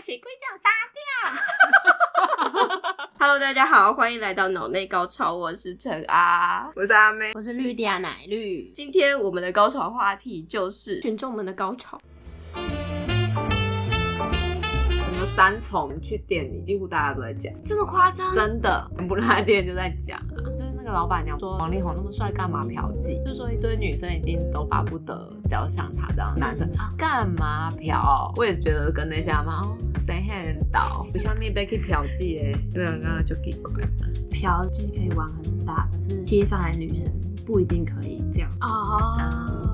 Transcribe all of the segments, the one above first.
起，龟脚杀掉。Hello，大家好，欢迎来到脑内高潮，我是陈啊，我是阿妹，我是绿地亚奶绿，今天我们的高潮话题就是群众们的高潮。我们有三重去店里，几乎大家都在讲，这么夸张？真的，全部来店就在讲啊，就是那个老板娘说王力宏那么帅，干嘛嫖妓？就说一堆女生一定都巴不得交向他这样，男生啊干嘛嫖？我也觉得跟那些阿妈哦谁很倒，不像面被去嫖妓哎，对啊，刚刚就奇怪。嫖妓可以玩很大，可是接上来女生不一定可以这样哦。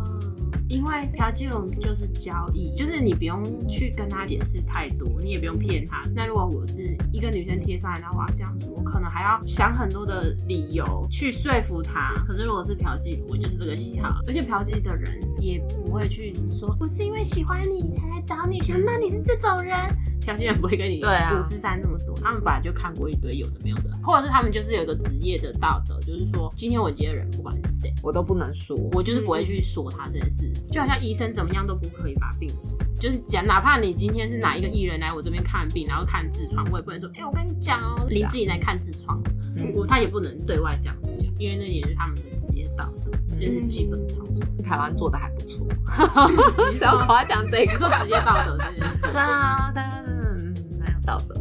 因为嫖妓我们就是交易，就是你不用去跟他解释太多，你也不用骗他。那如果我是一个女生贴上来，然后我要这样子，我可能还要想很多的理由去说服他。可是如果是嫖妓，我就是这个喜好，而且嫖妓的人也不会去说我是因为喜欢你才来找你，想到你是这种人，条件也不会跟你对啊五四三那么多，他们本来就看过一堆有的没有的，或者是他们就是有一个职业的道德，就是说今天我接的人不管是谁，我都不能说，我就是不会嗯去说他这件事，就好像医生怎么样都不可以把病人，就是讲哪怕你今天是哪一个艺人来我这边看病，然后看痔疮，我也不能说，哎、我跟你讲哦，林志颖来看痔疮，嗯我他也不能对外讲讲，因为那也是他们的职业道德，就是基本操守。台湾做的还不错， 是要嗯夸奖这你个说职业道德这件事， 对啊，大家真的嗯蛮有道德。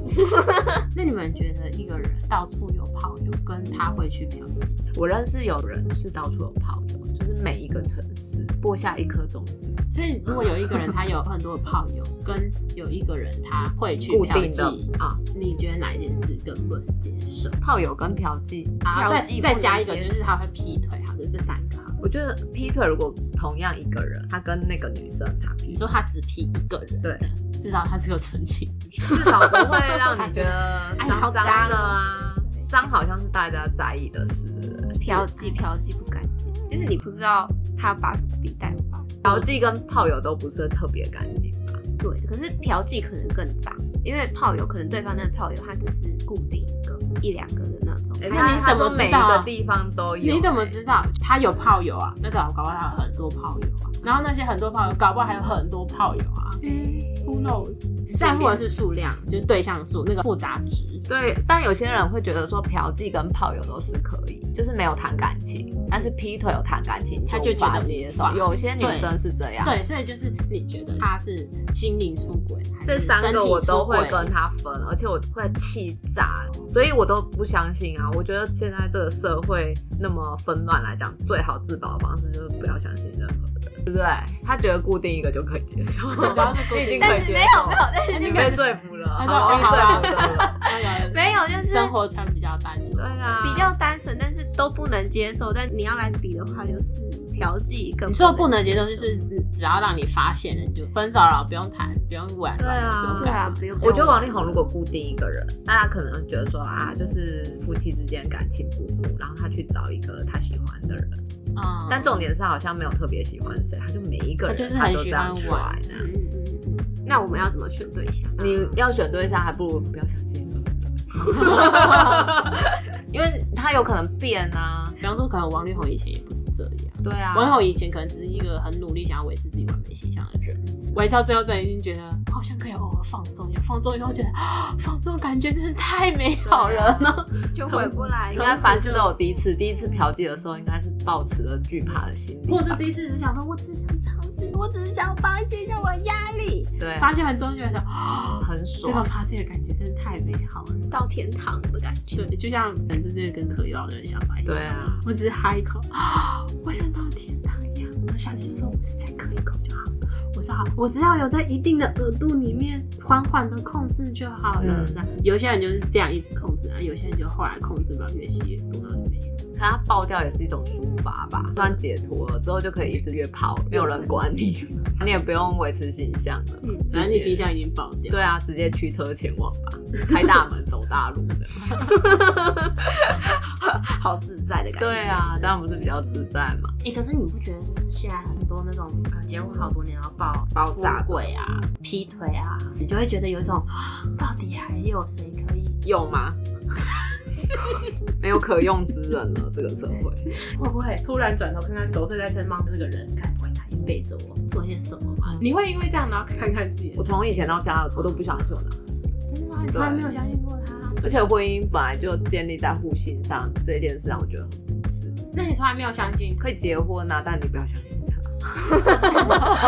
那你们觉得一个人到处有炮友，跟他会去嫖妓？我认识有人是到处有炮友，就是每一个城市播下一颗种子，所以如果有一个人他有很多的炮友，跟有一个人他会去固嫖定的妓，啊，你觉得哪一件事更不能接受？炮友跟嫖妓。啊，再嫖妓不能再加一个接就受是他会劈腿，好的，这三个好了。我觉得劈腿如果同样一个人，他跟那个女生他劈你，说他只劈一个人，对这样，至少他是有纯 情。至少不会让你 觉得哎好脏脏脏的啊。脏好像是大家在意的事，对不对嫖妓，嫖妓不干净，就是你不知道他把什么笔带吧？嫖妓跟炮友都不是特别干净吧？对，可是嫖妓可能更脏，因为炮友可能对方那个炮友他只是固定一个一两个的那种，哎那他你他怎么说每一知道个啊地方都有？你怎么知道他有炮友啊？那搞搞不好他有很多炮友啊，然后那些很多炮友，搞不好还有很多炮友啊。嗯， Who knows？再或者是数量，就是对象数那个复杂值。对，但有些人会觉得说嫖妓跟炮友都是可以，就是没有谈感情，但是劈腿有谈感情，他就无法觉得接无受。法有些女生是这样，，对，所以就是你觉得他是心灵出轨，还这是三身个体我出都会轨跟他分，而且我会气炸，所以我都不相信啊。我觉得现在这个社会那么纷乱来讲，最好自保的方式就是不要相信任何人，对不对？他觉得固定一个就可以接受，只要是固定 你已经可但以是接没受有没有，，但是你就被是说服了， 哎好哎那被说好服 了，那个没有，就是生活圈比较单纯。对啊，比较单纯，但是都不能接受。但你要来比的话，就是嫖妓跟你说不能接受，就是嗯只要让你发现了，你就分手了，不用谈，不用玩，对啊不用对干啊嘛，不用。我觉得王力宏如果固定一个人，大家可能觉得说啊，就是夫妻之间感情不睦，然后他去找一个他喜欢的人，嗯，但重点是他好像没有特别喜欢谁，他就每一个人他就是很都这样喜 try 欢玩这样嗯，嗯嗯嗯那我们要怎么选对象？你要选对象，还不如不要相信任何人， 因为他有可能变啊。比方说，可能王力宏以前也不是这样。对啊，王力宏以前可能只是一个很努力想要维持自己完美形象的人，维持到最后，真的已经觉得好像可以偶尔放纵一下，放纵以后觉得、 啊、放纵感觉真的太美好啊了呢。就回不来，应该凡事都有第一次，第一次嫖妓的时候，应该是抱持了惧怕的心理吧，或者是第一次只想说，我只是想尝试，我只是想发泄一下我的压力，对，发泄完之后就觉得啊，很这个爽。发泄的感觉真的太美好了。到天堂的感觉。对，就像反正就是跟嗑药的人想法一样。对啊，我只是哈一口， 啊，我想到天堂一样。我下次就说，我是再嗑一口就好。我说好，我只要有在一定的额度里面缓缓的控制就好了。嗯那有些人就是这样一直控制，啊，有些人就后来控制不了，越吸越多，然后就没了。可它爆掉也是一种抒发吧，算解脱了之后就可以一直约炮，没有人管你，嗯你也不用维持形象了。嗯，反正你形象已经爆掉。对，啊，直接驱车前往吧，开大门走大路 的。好自在的感觉。对啊，当然不是比较自在嘛。哎、可是你不觉得就是现在很多那种呃结婚好多年然后爆爆炸的出轨啊、劈腿啊，你就会觉得有一种 啊到底还有谁可以有 吗？没有可用之人了，这个社会。会不会突然转头看看熟睡在身旁的那个人，该不会他也背着我做些什么吧？你会因为这样然后看看自己我？从以前到现在，我都不相信我男朋友真的吗？你从来没有相信过他？而且婚姻本来就建立在互信上，这件事让我觉得很不是。那你从来没有相信？可以结婚啊，但你不要相信他。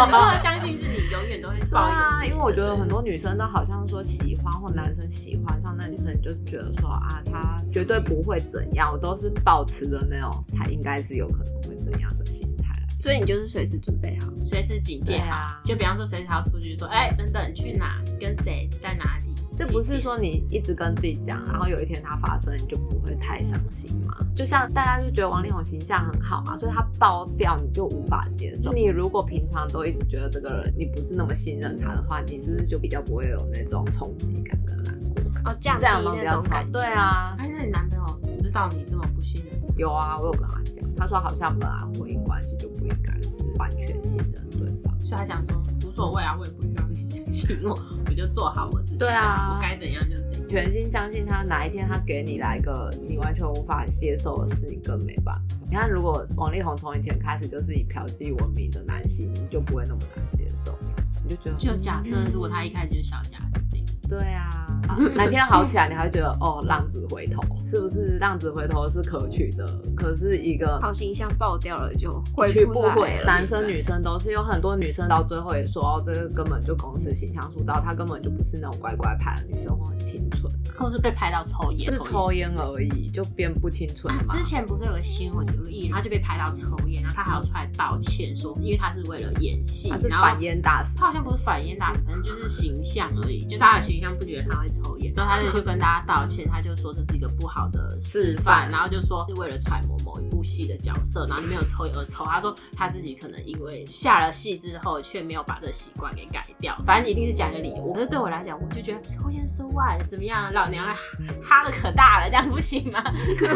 你说的相信是你永远都会对抱一个啊，因为我觉得很多多女生都好像说喜欢或男生喜欢上那女生，你就觉得说啊，她绝对不会怎样。我都是保持着那种她应该是有可能会怎样的心态。所以你就是随时准备好。随时警戒对好啊，就比方说随时还要出去说，哎，等等，去哪？跟谁？在哪里？这不是说你一直跟自己讲，然后有一天它发生，你就不会太伤心嘛？就像大家就觉得王力宏形象很好啊嘛，所以他爆掉你就无法接受。你如果平常都一直觉得这个人你不是那么信任他的话，你是不是就比较不会有那种冲击感跟难过？哦，降低这样吗？比那较种惨感觉。对，啊，哎，那你男朋友知道你这么不信任吗？有啊，我有跟他讲，他说好像本来婚姻关系就不应该是完全信任对方。所以他想说无所谓啊，我也不需要你相信我，我就做好我自己就好，对啊我该怎样就怎样。全心相信他，哪一天他给你来一个你完全无法接受的事，你更没办法。你看，如果王力宏从以前开始就是以嫖妓闻名的男性，你就不会那么难接受，你就觉得就假设如果他一开始就小家子定，对啊，哪天好起来，你还会觉得哦，浪子回头是不是？浪子回头是可取的，可是一个好形象爆掉了就回去不不来回了，男生女生都是有很多女生到最后也说，哦，这个根本就公司形象塑造，她根本就不是那种乖乖牌的女生或很清纯，或是被拍到抽烟，就是抽烟而已，就变不清纯啊嘛。，之前不是有个新闻，有个艺人他就被拍到抽烟，然后他还要出来道歉说，因为他是为了演戏，她是然后反烟大使，他好像不是反烟打，反正就是形象而已，就大家的形象不觉得他会抽烟，然后他就去跟大家道歉，他就说这是一个不好的示示范，范然后就说是为了揣摩某一部戏的角色，然后你没有抽烟而抽，他说他自己可能因为下了戏之后却没有把这习惯给改掉，反正一定是讲一个理由。可是对我来讲，我就觉得抽烟 so what 怎么样，老娘哈哈的可大了，这样不行吗？对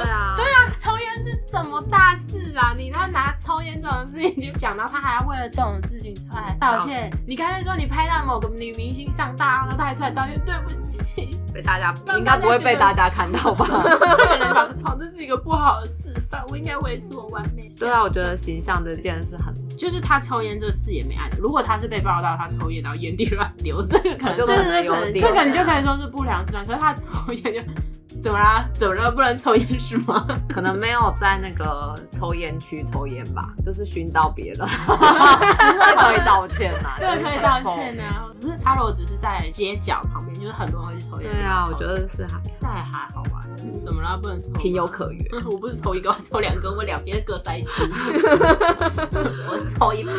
啊， 对啊，抽烟是什么大事啊？你那拿抽烟这种事情就讲到他还要为了这种事情出来道歉，你刚才说你拍到某个女明星上大号，然后他还出来道歉，对不起，被大家让应该不会被大大家看到吧？ 可能把好这是一个不好的示范，我应该维持我完美。对啊，我觉得形象这件事很， 就是他抽烟这个事也没按，如果他是被报道他抽烟然后烟蒂乱流，这个可能就是可这个能可能有点，这个你就可以说是不良示范，可是他抽烟就怎么啦？怎么了？不能抽烟是吗？可能没有在那个抽烟区抽烟吧，就是熏到别 人，可以道歉啊， 这个可以道歉啊。可是他如果只是在街角旁边，就是很多人会去抽烟。对啊，我抽觉得是还那也还好吧。怎么了？不能抽？情有。可原。 我不是抽一个，我抽两根，我两边各塞一 支。我是抽一排。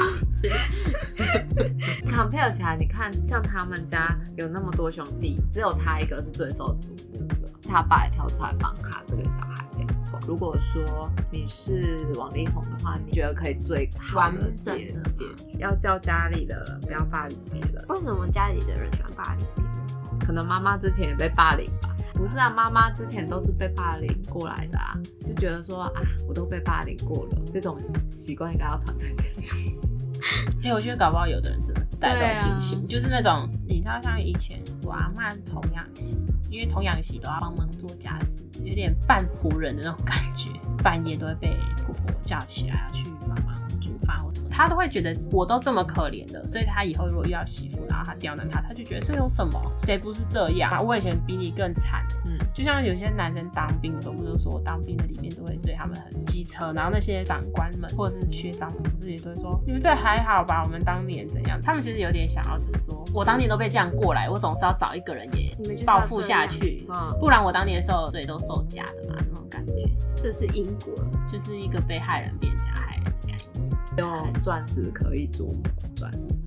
compare 起来，你看像他们家有那么多兄弟，只有他一个是最受瞩目的，他爸也跳出来帮他这个小孩讲话。哦如果说你是王力宏的话，你觉得可以最好的完整结的结局？要叫家里的人不要霸凌别人，为什么家里的人喜欢霸凌别人？可能妈妈之前也被霸凌吧？不是啊，妈妈之前都是被霸凌过来的啊，就觉得说啊，我都被霸凌过了，这种习惯应该要传承下去。因为我觉得搞不好有的人真的是带对这啊种心情，就是那种你知道，像以前我阿妈是童养媳，因为童养媳都要帮忙做家事，有点半仆人的那种感觉，半夜都会被婆婆叫起来要去帮忙煮饭或什么，她都会觉得我都这么可怜了，所以她以后如果遇到媳妇，然后她刁难她，她就觉得这有什么，谁不是这样啊？我以前比你更惨，嗯，就像有些男生当兵的时候，不是说当兵的里面都会对他们很机车，然后那些长官们或者是学长们，不是也都会说你们这还好吧？我们当年怎样？他们其实有点想要，就是说我当年都被这样过来，我总是要找一个人也你们就是要报复下去，嗯不然我当年受罪都受假的嘛，那种感觉这是因果，就是一个被害人变加害人的感觉。用钻石可以琢磨钻石。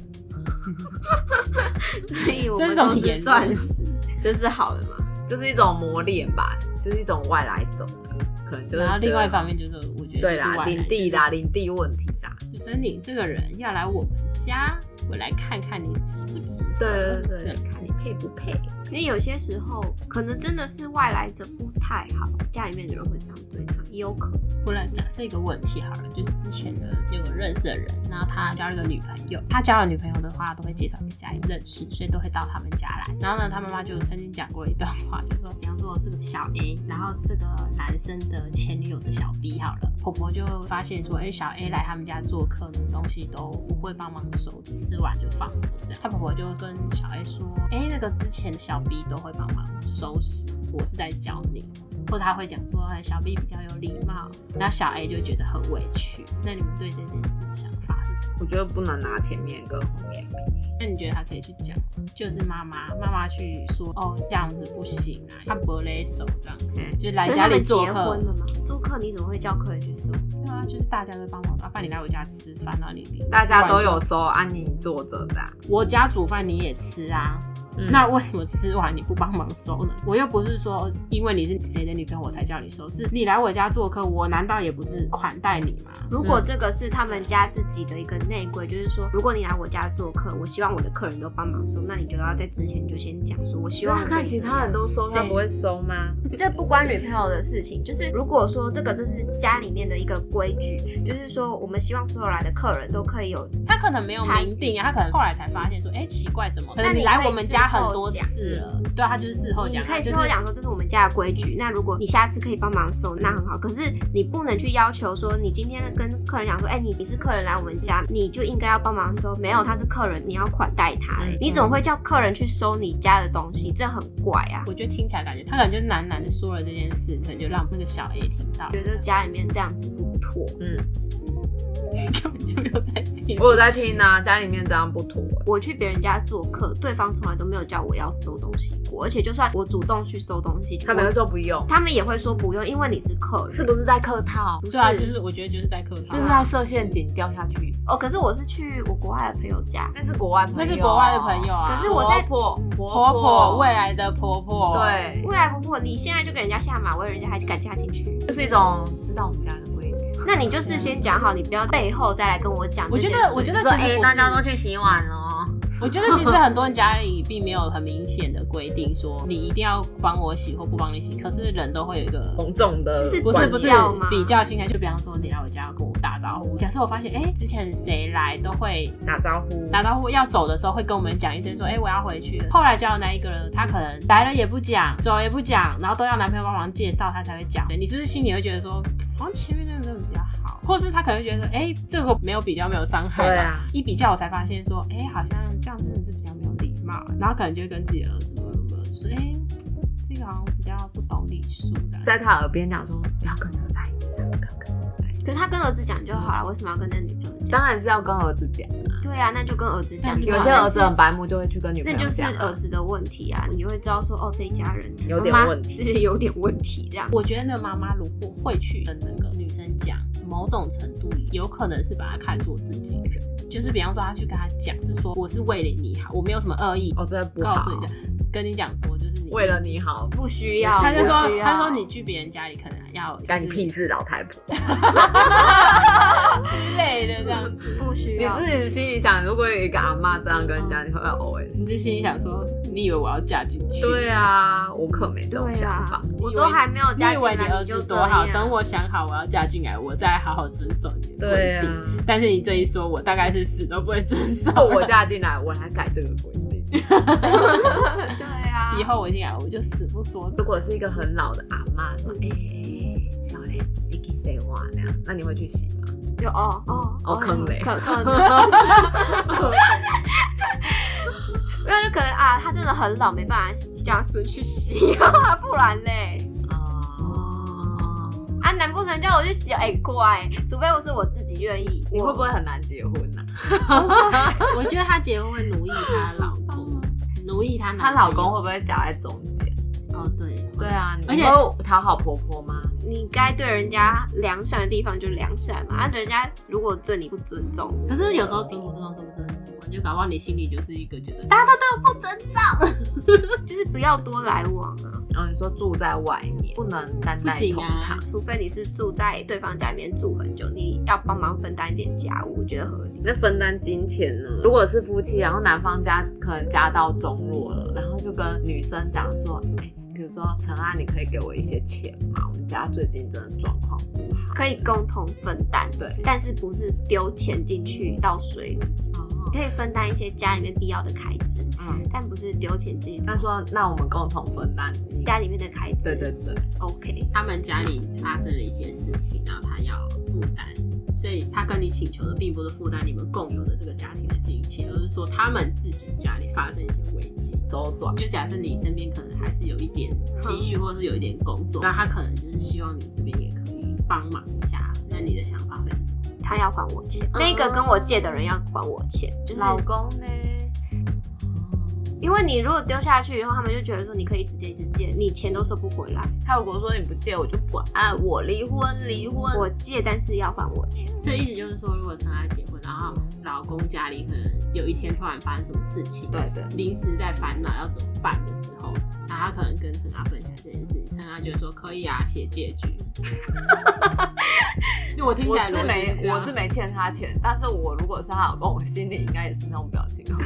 所以我这们是什么都言是论钻石，这是好的嘛？就是一种磨练吧，就是一种外来种的，可能就是然后另外一方面，面就是，我觉得对就是啦，外来领地啦，领地问题啦，就是你这个人要来我们家，我来看看你值不值得。对对，看你配不配。因为有些时候可能真的是外来者不太好，家里面的人会这样对他，也有可能。不然假设一个问题好了，就是之前的有个认识的人，然后他交了一个女朋友，他交了女朋友的话，都会介绍给家里认识，所以都会到他们家来。然后呢，他妈妈就曾经讲过一段话，就说，比方说这个小 A，然后这个男生的前女友是小 B 好了，婆婆就发现说，哎、小 A 来他们家做客，东西都不会帮忙。放熟，吃完就放着这样。他婆婆就跟小 A 说：“哎、那个之前小 B 都会帮忙收拾，我是在教你。”或者他会讲说：“哎，小 B 比较有礼貌。”然后小 A 就觉得很委屈。那你们对这件事的想法是什么？我觉得不能拿前面跟后面比。那你觉得他可以去讲，就是妈妈妈妈去说：“哦，这样子不行啊，他不勒手这样。”嗯就可来是家他里们结做婚客，了嘛，做客你怎么会叫客人去收？对啊，就是大家都帮忙，啊，爸你来我家吃饭啊，你你大家都吃完有就收，啊，你坐着的啊、我家煮饭你也吃啊，嗯那为什么吃完你不帮忙收呢？我又不是说因为你是谁的女朋友我才叫你收，是你来我家做客，我难道也不是款待你吗？如果这个是他们家自己的一个内规，就是说，如果你来我家做客，我希望我的客人都帮忙收，那你就要在之前就先讲说，我希啊望可以这样都收他不会收 吗？这不关女朋友的事情，就是如果说这个这是家里面的一个规矩，就是说我们希望所有来的客人都可以有，他可能没有明定啊，他可能后来才发现说，哎、奇怪，怎么可能那你你可以来我们家很多次了？对啊，他就是事后你讲啊，可以就事是后讲说这是我们家的规矩。那如果你下次可以帮忙收，那很好。可是你不能去要求说你今天跟客人讲说，哎、你你是客人来我们家，你就应该要帮忙收。没有，他是客人，你要款待他。嗯你怎么会叫客人去收你家的东西？这很怪啊！我觉得听起来感觉他可能就喃喃的说了这件事，可能就让那个小 A 听到，觉得家里面这样子不妥。 根本就没有在听。我有在听啊，家里面这样不妥、欸我去别人家做客，对方从来都没有叫我要收东西过，而且就算我主动去收东西，他们会说不用，他们也会说不用，因为你是客人。不是在客套？不对啊，就是我觉得就是在客套就是在设陷阱掉下去。哦，可是我是去我国外的朋友家，那是国外朋友，啊那是国外的朋友啊，可是我在婆婆婆婆婆未来的婆婆，，对，未来婆婆，你现在就给人家下马威，人家还敢嫁进去？就是一种知道我们家的规矩。那你就事先讲好，你不要背后再来跟我讲我这些觉事。得，我觉得其哎实不是，去洗碗哦。 我觉得其实很多人家里并没有很明显的规定说你一定要帮我洗或不帮你洗，可是人都会有一个。隆重的就是不是不是比较吗比较心态，就比方说你来我家要跟我打招呼。假设我发现，哎、之前谁来都会打招呼，打招呼，要走的时候会跟我们讲一声说，哎、我要回去了。后来交的那一个人，他可能来了也不讲，走了也不讲，然后都要男朋友帮忙介绍，他才会讲。你是不是心里会觉得说，好像前面那个真的比较好，或是他可能会觉得说，哎、这个没有比较没有伤害吧对？啊，一比较，我才发现说，哎、好像这样真的是比较没有礼貌，然后可能就会跟自己的儿子们说，哎、这个好像比较不懂礼数这样。在他耳边讲说不要跟这个在一起，不要跟这个在一起。可是他跟儿子讲就好了，为什么要跟那女朋友讲？当然是要跟儿子讲，对啊，那就跟儿子讲就好。有些儿子很白目，就会去跟女朋那友就讲是啊。儿子的问题啊，你就会知道说，哦，这一家人有点妈妈问题是有点问题这样。我觉得那个妈妈如果会去跟那个女生讲，某种程度有可能是把她看作自己人，就是比方说她去跟她讲，是说我是为了你好，我没有什么恶意，哦，这不告好诉。你讲，跟你讲说就是你为了。你好，不需要，他就不需说：“要他说你去别人家里可能要就干是你屁事，老太婆！之类的这样子，不需你要自，己心里想，如果有一个阿嬷这样跟人家，你会不会 OS？你就心里想说，你以为我要嫁进去？对啊，我可没这种对想法啊。，我都还没有你加以进为你来，儿你就子这多样。好，等我想好我要嫁进来，我再好好遵守你的对规啊定。，但是你这一说，我大概是死都不会遵守那。 我嫁进来，我来改这个规定。对啊， 以后我进来，我就死不说。如果是一个很老的阿嬷说：“哎、小雷，你给谁挖那样？”那你会去洗吗？就哦哦哦坑 嘞可可能，没有就可能啊，他真的很老，没办法洗，叫他孙去洗， 不然嘞。哦，啊，难不成叫我去洗？哎、乖，除非我是我自己愿意。你我会不会很难结婚啊 呢、我觉得她结婚会奴役她老 公，奴役她她男朋老友公会不会夹在中间？哦对对啊，你而且会讨好婆婆吗？你该对人家良善的地方就良善嘛，啊，人家如果对你不尊重，可是有时候尊不尊重真不是很主观，就搞不好你心里就是一个觉得大家就是不要多来往啊，然哦后你说住在外面，不能站在一不同行啊堂。除非你是住在对方家里面住很久，你要帮忙分担一点家务，我觉得合理。那分担金钱呢？如果是夫妻，啊然后男方家可能家道中落了，然后就跟女生讲说，哎、比如说陈安，你可以给我一些钱吗？我们家最近真的状况不好。可以共同分担，对，但是不是丢钱进去到水里，哦，可以分担一些家里面必要的开支，嗯，但不是丢钱进去他说那我们共同分担你家里面的开支。对对对， ，OK。他们家里发生了一些事情，然后她要负担所以他跟你请求的并不是负担你们共有的这个家庭的经济，而是说他们自己家里发生一些危机。周转。就假设你身边可能还是有一点积蓄，或者是有一点工嗯作，那他可能就是希望你这边也可以帮忙一下。那你的想法会是什么？他要还我钱，那个跟我借的人要还我钱，就是嗯老公呢？因为你如果丢下去以后，他们就觉得说你可以直接一直借，你钱都收不回来。他如果说你不借，我就不管，啊我离婚，离婚。我借，但是要还我钱。所以意思就是说，如果陈他结婚，然后老公家里可能有一天突然发生什么事情，对对，临时在烦恼要怎么办的时候，那他可能跟陈阿分享这件事情，陈阿觉得说可以啊，写借 据。因为我听起我来是逻辑这没，样我是没欠他钱，但是我如果是她老公，我心里应该也是那种表 情。哦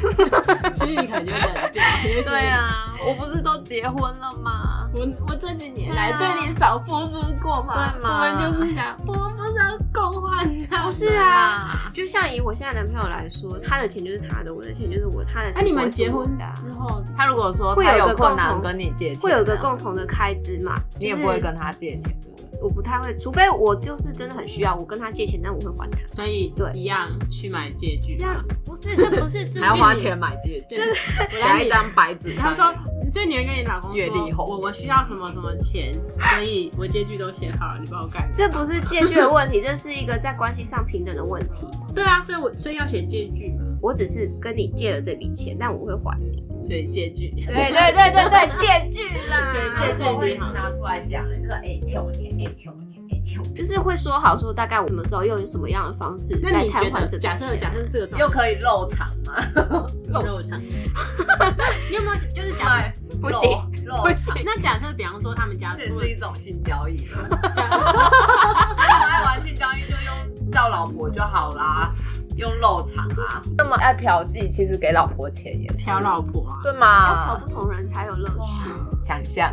心里可能就冷掉。就是对，啊，我不是都结婚了吗？我我这几年对来啊对你少付出过嘛，对嘛我们就是想，我们不是要共患难。不是啊，就像以我现在男朋友来说，他的钱就是他的，我的钱就是我，他的钱那你们不会是结我婚的啊之后，他如果说会他有一个有困难共同跟你借钱，会有一个共，同的开支嘛？你也就不是会跟他借钱，对不对？我不太会，除非我就是真的很需要，我跟他借钱，但我会还他。所以对一样去买借据嘛。这样不是，这不 是，这还要不是花钱买戒指，对我来加你一张白纸。他说，所以你会跟你老公月历说，红我我需要什么什么钱，所以我借据都写好了，你帮我盖。这不是借据的问题，这是一个在关系上平等的问题。对啊，所以我所以要写借据嘛，我只是跟你借了这笔钱，但我会还你。所以借据。对对对对对，借据啦， 对借据会你好拿出来讲，就是哎欠我钱，哎欠我钱，哎欠我钱，就是会说好说大概我什么时候用什么样的方式那来你摊觉还这啊得，笔假设钱。假设是这个状又况，可以漏场吗？肉哎偿， 你有没有就是假设？不行漏，漏场，那假设比方说他们家这出也了是一种性交易了。 假那我爱玩性交易就用叫老婆就好啦，用漏场啊。那么爱嫖妓，其实给老婆钱也是嫖老婆啊，对要搞嘛？不同人才有乐趣。想象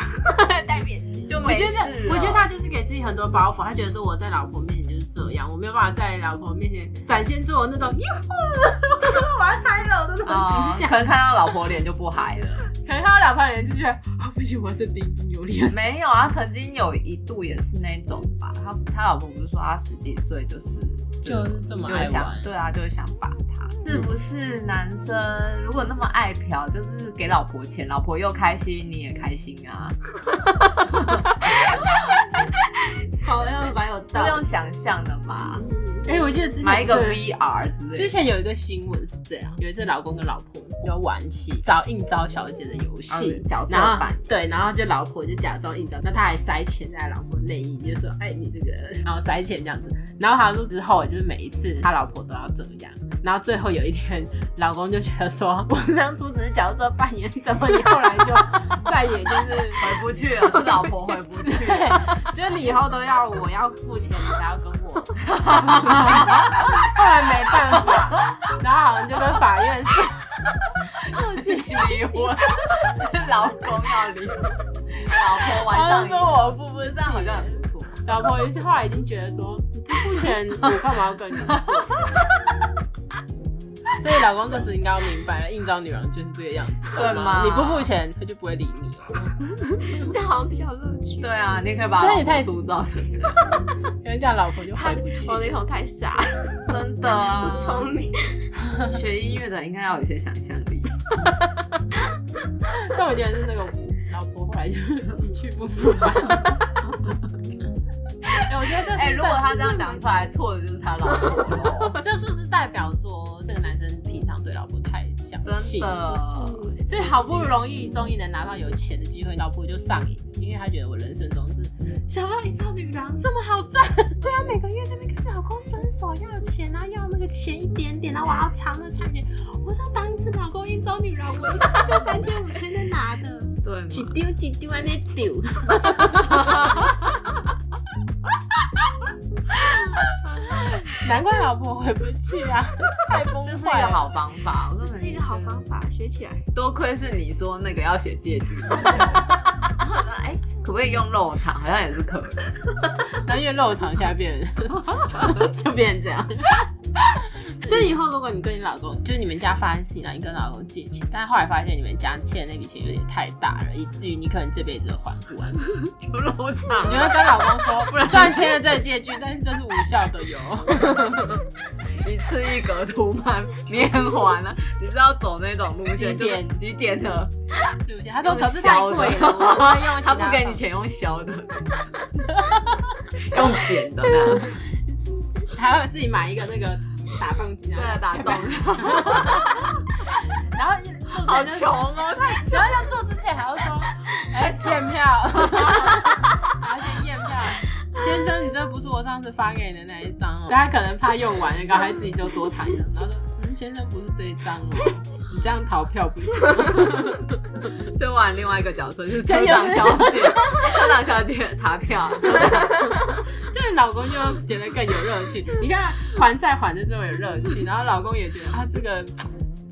戴面具就我没觉事了得，我觉得他就是给自己很多包袱，他觉得说我在老婆面前就是这样，我没有办法在老婆面前展现出我那种哟， 我要开了的那种哦形象。可能看到老婆脸就不嗨了。可能他老婆人 就觉得啊，不行，我要是彬彬有礼。 没有啊，曾经有一度也是那种吧。他他老婆不是说他十几岁就是就是这么就爱会想玩对啊，就会想把他。是不是男生如果那么爱嫖，就是给老婆钱，老婆又开心，你也开心啊？好像蛮有啊这用想象的嘛，嗯，哎、我记得之前买一个不是 VR 之类的。之前有一个新闻是这样，有一次老公跟老婆有玩起找应招小姐的游戏，哦角色然后扮演对，然后就老婆就假装应招，那他还塞钱在老婆内衣，就说哎你这 个，然后塞钱这样子，然后他说之后就是每一次他老婆都要这样，然后最后有一天老公就觉得说，我当初只是角色扮演，怎么你后来就再也就是。回 不去了，是老婆回不去。就是你以后都要我要付钱，你才要跟 我。后来没办法，然后好像就跟法院 说，自己离 婚，是老公要离婚，老婆晚他就上说我付不这样好起像。很不错。老婆也是后来已经觉得说，你不付钱，我干嘛要跟你 做？所以老公这时应该要明白了，应招女郎就是这个样子，对懂吗你不付钱，他就不会理你了。嗯这样好像比较有乐趣。对啊，你可以把这也太塑造成人家老婆就他回不去。王力宏太傻，真的啊，不聪明。学音乐的应该要有一些想象力。但我觉得是那个老婆后来就一去不复返。 哎，我觉得这哎，是如果他这样讲出来，错的就是他老婆 咯 这是不是代表说这个男生平常对老婆太小气真？嗯的。所以好不容易终于能拿到有钱的机会，老婆就上瘾了，因为他觉得我人生中是想不到一招女郎这么好赚。 对啊，每个月在那边跟老公伸手要钱，然后要那个钱一点点，然后我要藏那差一点。我想当一次老公一招女郎，我一次就三千五千的拿的，对几嘛，丢几丢安尼丢。难怪老婆回不去 啊，太崩这是一坏个了。好方法，我这根是一本个好方法，学起来。多亏是你说那个要写借据。然后我说，哎，可可不可以用肉肠？好像也是可以。但因为肉肠现在变成就变成这样。所以以后如果你跟你老公，就是你们家发生事了，你跟老公借钱，但后来发现你们家欠的那笔钱有点太大了，以至于你可能这辈子都还不完。 你有肉肠啊就会 跟老公说，不然虽然签了这个借据，但是这是无效的哟。一次一格图曼面环啊，你是要走那种路几线？点就是几点的？ 对不起，他说可是太贵了，我们用其他不给方你法，钱，用削的， 用剪的啦。还要自己买一个那个打洞机， 对啊，打 洞。 然后做好穷哦，太 然后要做之前还要 说，哎、验票，然后先验票。先生，你这不是我上次发给你的那一张哦。大家可能怕用完了，刚才自己就多藏一张。然后说，嗯，先生不是这一张哦，你这样逃票不行。哦就玩另外一个角色，就是车长小姐， 车长小姐查票， 就是老公就觉得更有乐趣。你看还债还的这么有乐趣，然后老公也觉得啊，这个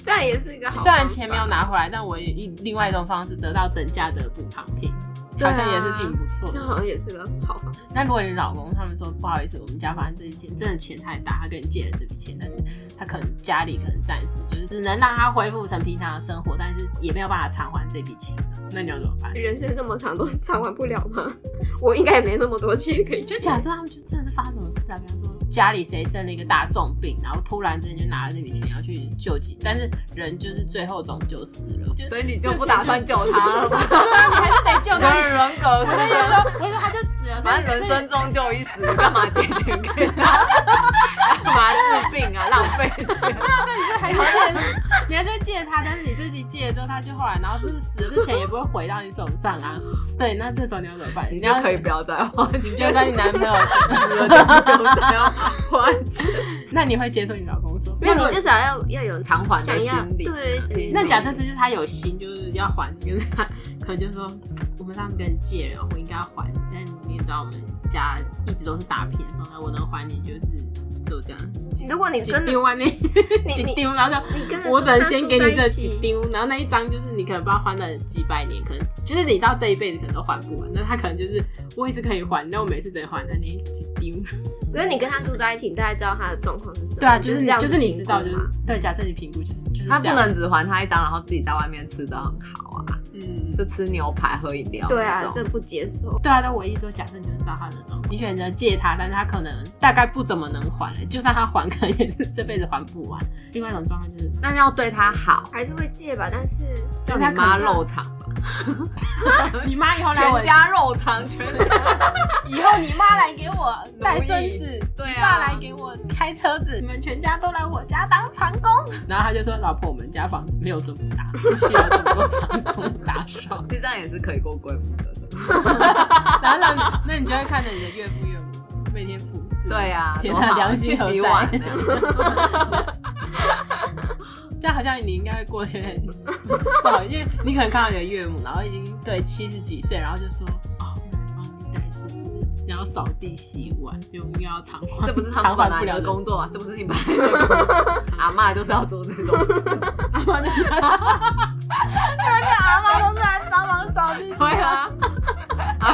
这样也是一个好方法。虽然钱没有拿回来，但我也以另外一种方式得到等价的补偿品，好像也是挺不错这样。的好像也是个好方法。那如果你老公他们说不好意思，我们家发生这笔钱真的钱太大，他跟你借了这笔钱，但是他可能家里可能暂时就是只能让他恢复成平常的生活，但是也没有办法偿还这笔钱，那你要怎么办？人生这么长都偿还不了 吗？我应该也没那么多钱可以就假设他们就真的是发生什么事啊，比方说家里谁生了一个大重病，然后突然之间就拿了这笔钱要去救急，但是人就是最后终究死了，就所以你就不打算救他 了吗？你 还是得救你他。的人格我是不跟你是？说，我跟你说他就死了，所以反正人所以生中就一死，你干嘛借钱给他？ 干嘛治病啊？浪费钱。那你这还是借， 你还是借他，但是你自己借了之后，他就后来，然后就是死了之前也不会回到你手上啊。对，那这时候你要怎么办？你你就要可以不要再花钱，你就跟你男朋友 说，死了就不用再花钱。那你会接受你老公说？没有，你至少要要有偿还的想要心理对，对那对假设这就是他有心，就是要还，就是他可能就说，我们上次跟你借了，我应该要还，但你也知道我们家一直都是打平的状态，我能还你就是就这样，如果你几跟丢啊你，你几你丢，然后就你跟着我只能住先给你这住在几一起丢，然后那一张就是你可能不知道还了几百年，可能就是你到这一辈子可能都还不完。那他可能就是我也是可以还，但我每次只能还那你几丢。可是你跟他住在一起，你大概知道他的状况是什么。对啊，就是这你样就是你评知估道，就是嘛对。假设你评估就是就是他这不样能只还他一张，然后自己在外面吃的很好啊，嗯，就吃牛排喝饮料那种。对啊，这不接受。对啊。但我一说假设你就是知道他的状况，你选择借他，但是他可能大概不怎么能还了，就算他还，可能也是这辈子还不完。另外一种状况就是那要对他好，还是会借吧，但 是叫你他妈可能肉肠吧，你妈以后来我全家肉肠，全以后你妈来给我带孙子，对啊你爸来给我开车子，你们全家都来我家当长工。然后他就说：“老婆，我们家房子没有这么大， 不需要这么多长工打扫。其实这样也是可以过贵妇的生活。”然后让你，那你就会看着你的岳父岳母每天服侍。对啊，天多好哪，啊良去心何洗碗在？这样好像你应该会过得很 不好，因为你可能看到你的岳母，然后已经对七十几岁，然后就说：“哦，我来帮你带孙子，然后扫地、洗碗，又又 要偿还， 这不是他偿们还本不来了的工 工作啊，这不是你本来的工 作。阿妈就是要做这个工作。阿妈的，阿妈都是来帮忙扫地。对 啊，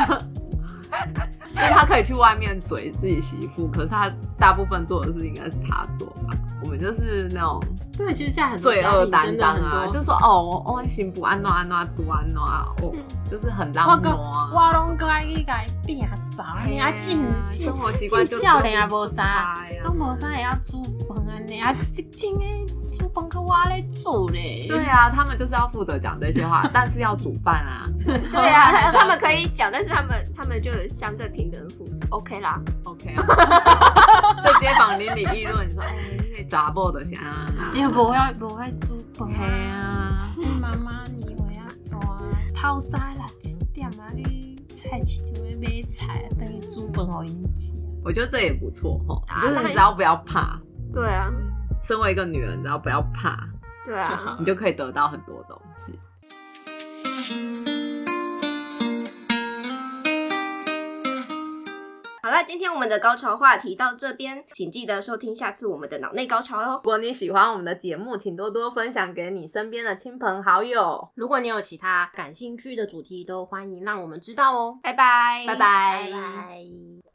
就是他可以去外面嘴自己媳妇，可是他大部分做的事应该是他做吧。我们就是那种对，其实现在很多罪家恶庭担真的当很啊，多，就说哦，我我行不安诺安诺读安诺啊，哦，嗯就是很浪漫啊。我拢过来去甲伊变啥？哎你啊进进生活习惯就进少年也啊无啥，拢都无啥会晓煮饭安尼啊，真诶煮饭去我咧煮咧。对啊，他们就是要负责讲这些 话，但是要煮饭啊。对啊，他们可以讲，但是他们他们就有相对平等的付出，OK 啦。OK 啊，所以街坊邻里议论，你说哎，那个杂报的啥？你又哎无会无会煮饭嘿啊？啊，你妈妈年岁啊大，透早六七点啊去菜市场咧买菜，等伊煮饭互因食。我觉得这也不错哦，啊就是你只要不要怕，对啊，身为一个女人，只要不要怕，对就啊。好你就可以得到很多东西。好了，今天我们的高潮话题到这边，请记得收听下次我们的脑内高潮哦。如果你喜欢我们的节目，请多多分享给你身边的亲朋好友。如果你有其他感兴趣的主题，都欢迎让我们知道哦。拜拜，拜拜拜拜